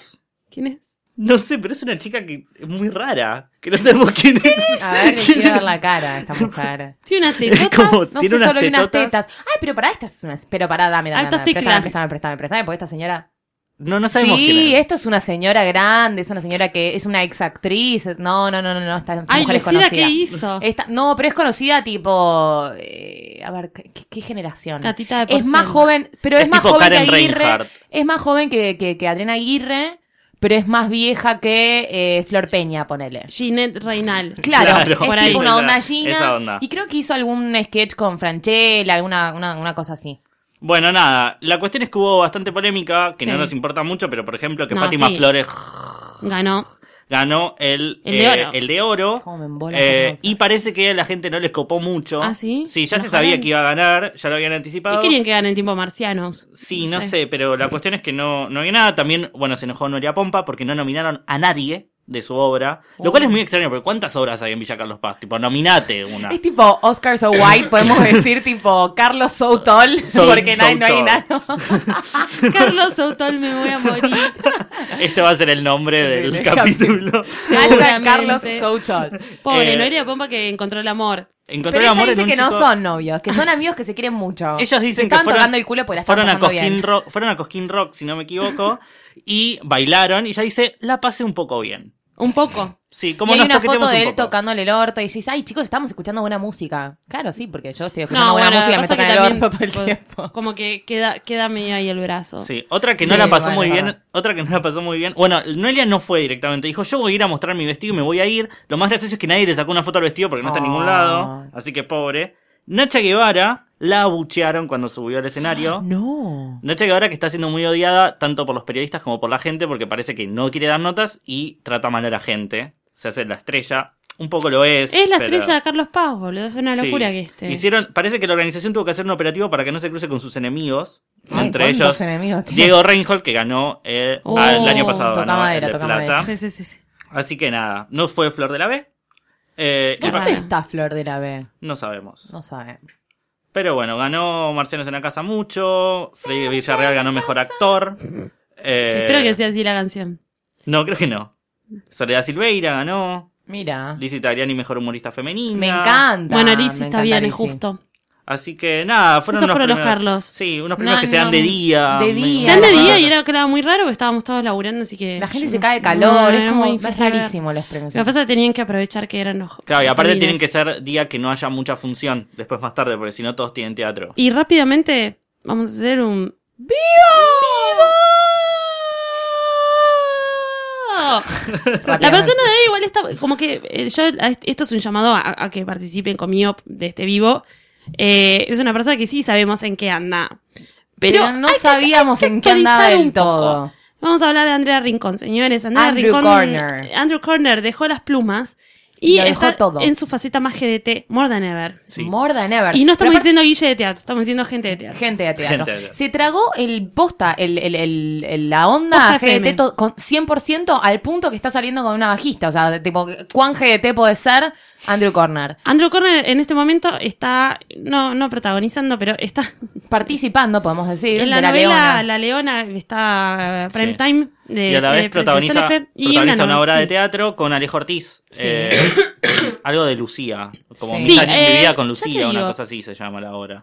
¿Quién es? No sé, pero es una chica que es muy rara. Que no sabemos quién <laughs> es. A ver, <laughs> le ¿Quién quiero ver es? la cara a <laughs> esta mujer. Tiene unas Es tetas. como, No sé, tiene unas solo hay unas tetas. tetotas. Ay, pero pará, esta es una. Pero pará, dame, dame. Altas dame. Préstame, teclas. préstame, préstame, préstame, porque esta señora. No, no sabemos Sí, quién es. esto es una señora grande, es una señora que es una exactriz. es- No, no, no, no, no, esta Ay, mujer es Lucila, conocida. ¿qué hizo? Esta- no, pero es conocida tipo. eh, a ver, ¿qué, qué- qué generación? Catita de Es más porcelana. joven, pero es, Es más tipo joven Karen que Aguirre. Reinhardt. Es más joven que, que, que Adriana Aguirre, pero es más vieja que eh, Flor Peña, ponele. Ginette Reinal. Claro, Claro, es por tipo ahí. una onda Esa- Gina. esa onda. Y creo que hizo algún sketch con Franchella, alguna una, una cosa así. Bueno, nada. La cuestión es que hubo bastante polémica, que no Sí. nos importa mucho, pero por ejemplo, que No, Fátima sí. Flores Ganó. ganó el, El de eh, oro. el de oro. Cómo me embola Eh, Fátima Flores. y parece que a la gente no les copó mucho. ¿Ah, sí? Sí, ya Nos se sabía ganan. que iba a ganar, ya lo habían ¿Qué anticipado. querían que ganen tiempo marcianos? Sí, no sé, pero la cuestión es que no, no había nada. También, bueno, se enojó Noria Pompa porque no nominaron a nadie de su obra. Lo cual es muy extraño, porque ¿cuántas obras hay en Villa Carlos Paz? Tipo, nominate una. Es tipo Oscar So <coughs> White, podemos decir tipo Carlos So Tall, So- porque no hay, so no hay tall. <laughs> nada. <laughs> Carlos Autol, me voy a morir. Este va a ser el nombre del <laughs> Del capítulo. Hashtag Seguramente. Carlos So Tall. Pobre, Eh, Noelia de Pompa que encontró el amor. Encontró Pero ella el amor en dice un que no chico- son novios, que son amigos que se quieren mucho. Ellos Se dicen que estaban fueron, tocando el culo porque la estaban fueron, a pasando Cosquín bien. Rock, fueron a Cosquín Rock, si no me equivoco, y bailaron, y ya dice, la pasé un poco bien. Un poco. Sí, Y como hay nos una foto toqueteamos de un él poco. tocándole el orto y dices, ay chicos, estamos escuchando buena música. Claro, sí, porque yo estoy escuchando No, buena bueno, música y me pasa que tocan el orto todo también, pues, el tiempo. Como que queda, queda medio ahí el brazo. Sí, otra que no Sí, la pasó bueno, muy bien, verdad. otra que no la pasó muy bien. Bueno, Noelia no fue directamente, dijo, "Yo voy a ir a mostrar mi vestido y me voy a ir." Lo más gracioso es que nadie le sacó una foto al vestido porque no está en ningún Oh. lado, así que pobre. Nacha Guevara la abuchearon cuando subió al escenario. <gasps> No. Nacha Guevara que está siendo muy odiada tanto por los periodistas como por la gente porque parece que no quiere dar notas y trata mal a la gente. Se hace la estrella, un poco lo es. Es la pero- estrella de Carlos Paz, boludo. Es una Sí. locura que esté. Hicieron, parece que la organización tuvo que hacer un operativo para que no se cruce con sus enemigos, Ay, entre ¿cuántos ellos enemigos tiene? Diego Reinhold que ganó eh, Oh, ah, el año pasado, toca ganó madera, el de toca plata. madera. Sí, sí, sí. sí. Así que nada, no fue Flor de la B. Eh, y Qué pa- ¿Dónde raro. está Flor de la B? no sabemos. No sabe. Pero bueno, ganó Marcianos en la casa mucho. Freddy Villarreal ganó mejor actor. Eh, Espero que sea así la canción. No, creo que no. Soledad Silveira ganó. Mira. Lizzie Tagliani mejor humorista femenina. Me encanta. bueno, me Lizzy está encanta bien, es Lizzy. justo. Así que nada, fueron Esos unos fueron los premios- Carlos. Sí, unos premios No, que se dan no, de día. de me- día. Se han de Claro. día y era, que era muy raro porque estábamos todos laburando, así que. La gente yo se no- cae de calor, no, es era como muy es difícil ver. rarísimo los premios. Lo que pasa es que tenían que aprovechar que eran los. Claro, y los aparte jardines. tienen que ser día que no haya mucha función después más tarde, porque si no todos tienen teatro. Y rápidamente vamos a hacer un. ¡Viva! <laughs> La Rápidamente. persona de ahí igual está. Como que. eh, Yo, a est- esto es un llamado a, a que participen conmigo de este vivo. Eh, es una persona que sí sabemos en qué anda. Pero, Pero no hay que- sabíamos hay que en qué andaba actualizar del un poco. todo. Vamos a hablar de Andrea Rincón, señores. Andrea Andrew Rincón. Corner. Andrew Corner dejó las plumas y Lo dejó está todo. en su faceta más GDT, more than ever. Sí. More than ever. Y no estamos Pero aparte- diciendo guille de teatro, estamos diciendo gente de teatro. Gente de teatro. Gente de teatro. Se tragó el posta, el, el, el- el- la onda Posta FM. GDT to- con 100% al punto que está saliendo con una bajista. O sea, tipo, ¿cuán GDT puede ser Andrew Corner? Andrew Corner en este momento está, no, no protagonizando, pero está Participando, podemos decir, en la, de la novela Leona. La Leona, está eh, Prime Sí. Time de este y a la de- vez de protagoniza, Telefe, y protagoniza una, obra novela, de sí. teatro con Alejo Ortiz. Eh, <coughs> algo de Lucía. Como Sí. mis Sí, años- eh, mi vida con ya te Lucía, una digo. cosa así se llama la obra.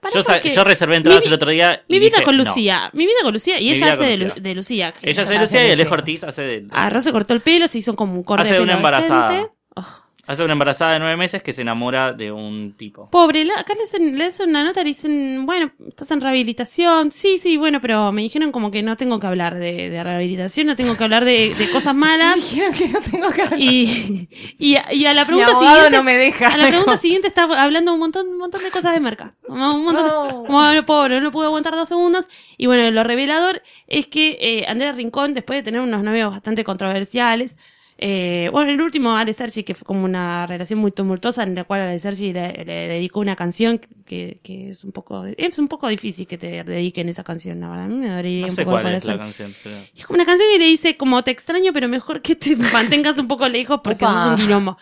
Pará, Yo, sa- porque yo reservé entradas mi vi- el otro día. y Mi vida dije, con no. Lucía, mi vida con Lucía, y Mi ella vida hace con de, Lucía. Lu- de Lucía. que- Ella hace Hace Lucía y Alejo Lucía. Ortiz hace de. Ah, Ro se cortó el pelo, se hizo como un corte Hace de una pelo embarazada. decente. Oh, Hace una embarazada de nueve meses que se enamora de un tipo. Pobre, la- acá le hacen, le hacen una nota y le dicen, bueno, estás en rehabilitación. Sí, sí, bueno, pero me dijeron como que no tengo que hablar de, de rehabilitación, no tengo que hablar de, de cosas <laughs> malas. Dijeron que no tengo que hablar. Y, y, a- y a la Mi pregunta abogado siguiente. no me deja. A la <laughs> pregunta siguiente está hablando un montón, un montón de cosas de merca. Como Un montón de- No. como, bueno, pobre, no pudo aguantar dos segundos. Y bueno, lo revelador es que eh, Andrea Rincón, después de tener unos novios bastante controversiales, eh, bueno, el último, Ale Sergi, que fue como una relación muy tumultuosa, en la cual Ale Sergi le, le dedicó una canción que, que es un poco es un poco difícil que te dediquen esa canción, la verdad. A mí me dolería No un sé poco el cuál es la corazón. canción. pero- Y Es como una canción y le dice como te extraño, pero mejor que te mantengas un poco lejos porque Opa. sos un quilombo.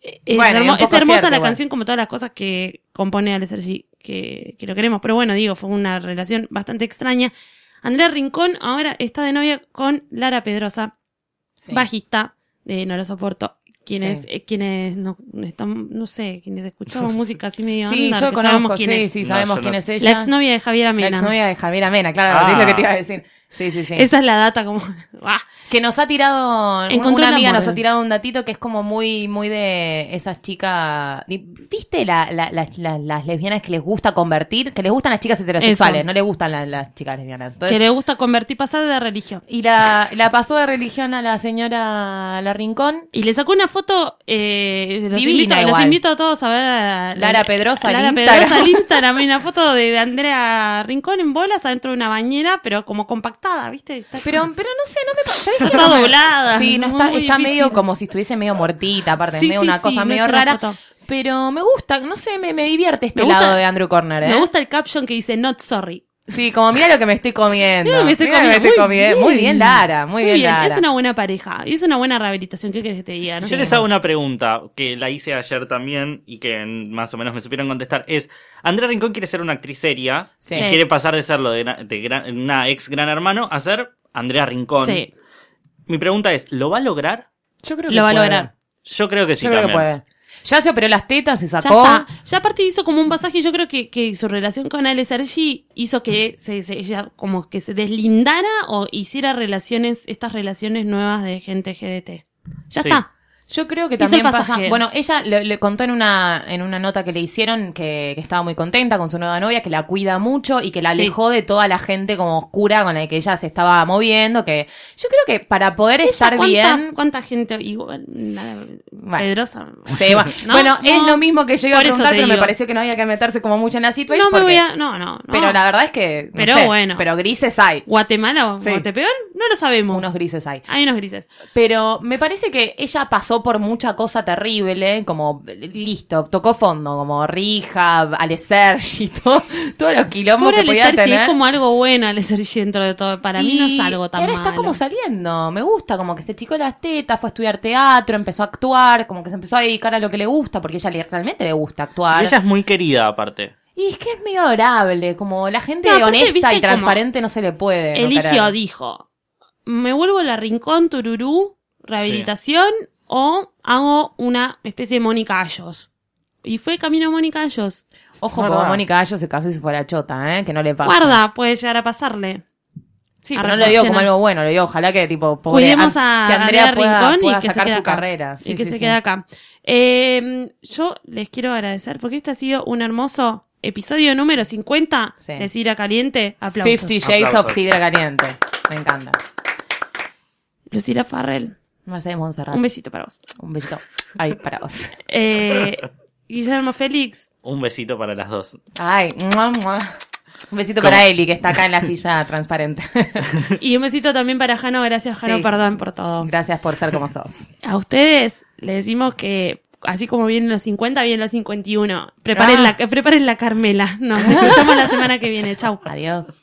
Eh, Es, Bueno, hermo- y un poco es hermosa cierto, la igual. canción como todas las cosas que compone Ale Sergi, que, que lo queremos. Pero bueno, digo, fue una relación bastante extraña. Andrea Rincón ahora está de novia con Lara Pedrosa, Sí. bajista de No lo soporto. Quienes, Sí. eh, quienes no, están, no sé, quienes <laughs> escuchamos música así medio Sí, under, yo que sabemos conozco, quién sí, es. No, sí, sabemos yo quién no. es ella. La exnovia de Javier La Amena. exnovia de Javier Amena, claro, Ah. es lo que te iba a decir. Sí, sí, sí. Esa es la data como... <laughs> ¡Ah! Que nos ha tirado, Encontró una el amiga amor. eh. nos ha tirado un datito que es como muy, muy de esas chicas, ¿viste la- la- las- las- las lesbianas que les gusta convertir? Que les gustan las chicas heterosexuales, Eso. no les gustan las, las chicas lesbianas. Entonces, que le gusta convertir pasar de religión. y la, la pasó de religión a la señora La Rincón, Y le sacó una foto, eh, los, Divina invito, los igual. invito a todos a ver a Lara Pedrosa al Lara Instagram. Pedrosa <laughs> al Instagram. Hay una foto de Andrea Rincón en bolas adentro de una bañera, pero como compactada, ¿viste? Está- pero, pero no sé, no me pa- ¿sabés qué? Está No me- doblada. Sí, no Muy está, está difícil. medio como si estuviese medio muertita, aparte, Sí, es medio sí, una sí, cosa no medio es una rara. foto. Pero me gusta, no sé, me, me divierte este Me gusta- lado de Andrew Corner, ¿eh? Me gusta el caption que dice not sorry. Sí, como mira lo que me estoy comiendo. Mira lo que <laughs> me estoy Mira lo que comiendo. me estoy comiendo. Muy bien, Lara. Muy, bien, Lara. Es una buena pareja. Y es una buena rehabilitación. ¿Qué quieres que te diga? No Yo sé. les hago una pregunta que la hice ayer también y que mm, más o menos me supieron contestar. Es, Andrea Rincón quiere ser una actriz seria Sí. y Sí. quiere pasar de serlo de, gra- de gran- una ex gran hermano a ser Andrea Rincón. Sí, Mi pregunta es, ¿lo va a lograr? Yo creo lo va a puede. lograr. Yo creo que sí Yo creo que también. puede. Ya se operó las tetas, se Ya sacó. está. Ya aparte hizo como un pasaje, yo creo que, que su relación con Ale Sergi hizo que se, se- ella como que se deslindara o hiciera relaciones, estas relaciones nuevas de gente GDT. Ya Sí. está. Yo creo que Hizo el también pasa. pasaje. Bueno, ella le, le contó en una, en una nota que le hicieron que, que estaba muy contenta con su nueva novia, que la cuida mucho y que la Sí. alejó de toda la gente como oscura con la que ella se estaba moviendo. Que yo creo que para poder estar ¿Cuánta, bien. <laughs> ¿Cuánta gente? Igual, nada, Pedrosa. se va. No, bueno, es no. lo mismo que yo iba a Por eso preguntar, te pero me digo. pareció que no había que meterse como mucho en la situación. No me voy a. No, no, no. Pero la verdad es que. no Pero sé, bueno. Pero grises hay. Guatemala o Sí. Guatepeor, no lo sabemos. Unos grises hay. Hay unos grises. Pero me parece que ella pasó por mucha cosa terrible, como listo, tocó fondo, como Rija, Ale Sergi, <laughs> todo, todos los quilombos Pobre Ale que podía Sergi, es tener. como algo bueno Ale Sergi dentro de todo. Para mí no es Y algo tan ahora está malo. como saliendo, me gusta, como que se chicó las tetas, fue a estudiar teatro, empezó a actuar, como que se empezó a dedicar a lo que le gusta, porque ella le- realmente le gusta actuar. Y ella es muy querida aparte. Y es que es medio adorable, como la gente No, aparte, honesta viste, y transparente no se le puede. Eh, no Eligio querer. dijo, me vuelvo a la Rincón Tururú, rehabilitación, o hago una especie de Mónica Ayos. Y fue camino a Mónica Ayos. Ojo, Guarda. como Mónica Gallo se casó y se fue a la chota, ¿eh? que no le pasa. Guarda, puede llegar a pasarle. Sí, a pero Ah, no lo digo como reflexionar. algo bueno, lo digo ojalá que tipo pobre, Cuidemos an- a, que Andrea Andrea pueda- Rincón pueda y que sacar se quede su acá. carrera. Sí, y que sí, se sí. quede acá. Eh, yo les quiero agradecer porque este ha sido un hermoso episodio número 50 Sí. de Cira Caliente. Aplausos. 50 Shades of Aplausos. Sidra Caliente. Me encanta. Lucila Farrell, Mercedes Monserrat. un besito para vos. Un besito. Ay, para vos. <laughs> Eh, Guillermo Félix, Un besito para las dos. Ay, mua, mua. Un besito ¿Cómo? para Eli, que está acá en la silla transparente. <laughs> Y un besito también para Jano, gracias Jano, Sí. perdón por todo. Gracias por ser como sos. A ustedes les decimos que así como vienen los 50, vienen los 51. Preparen, Ah. la, eh, preparen la Carmela. Nos escuchamos la semana que viene. Chau. Adiós.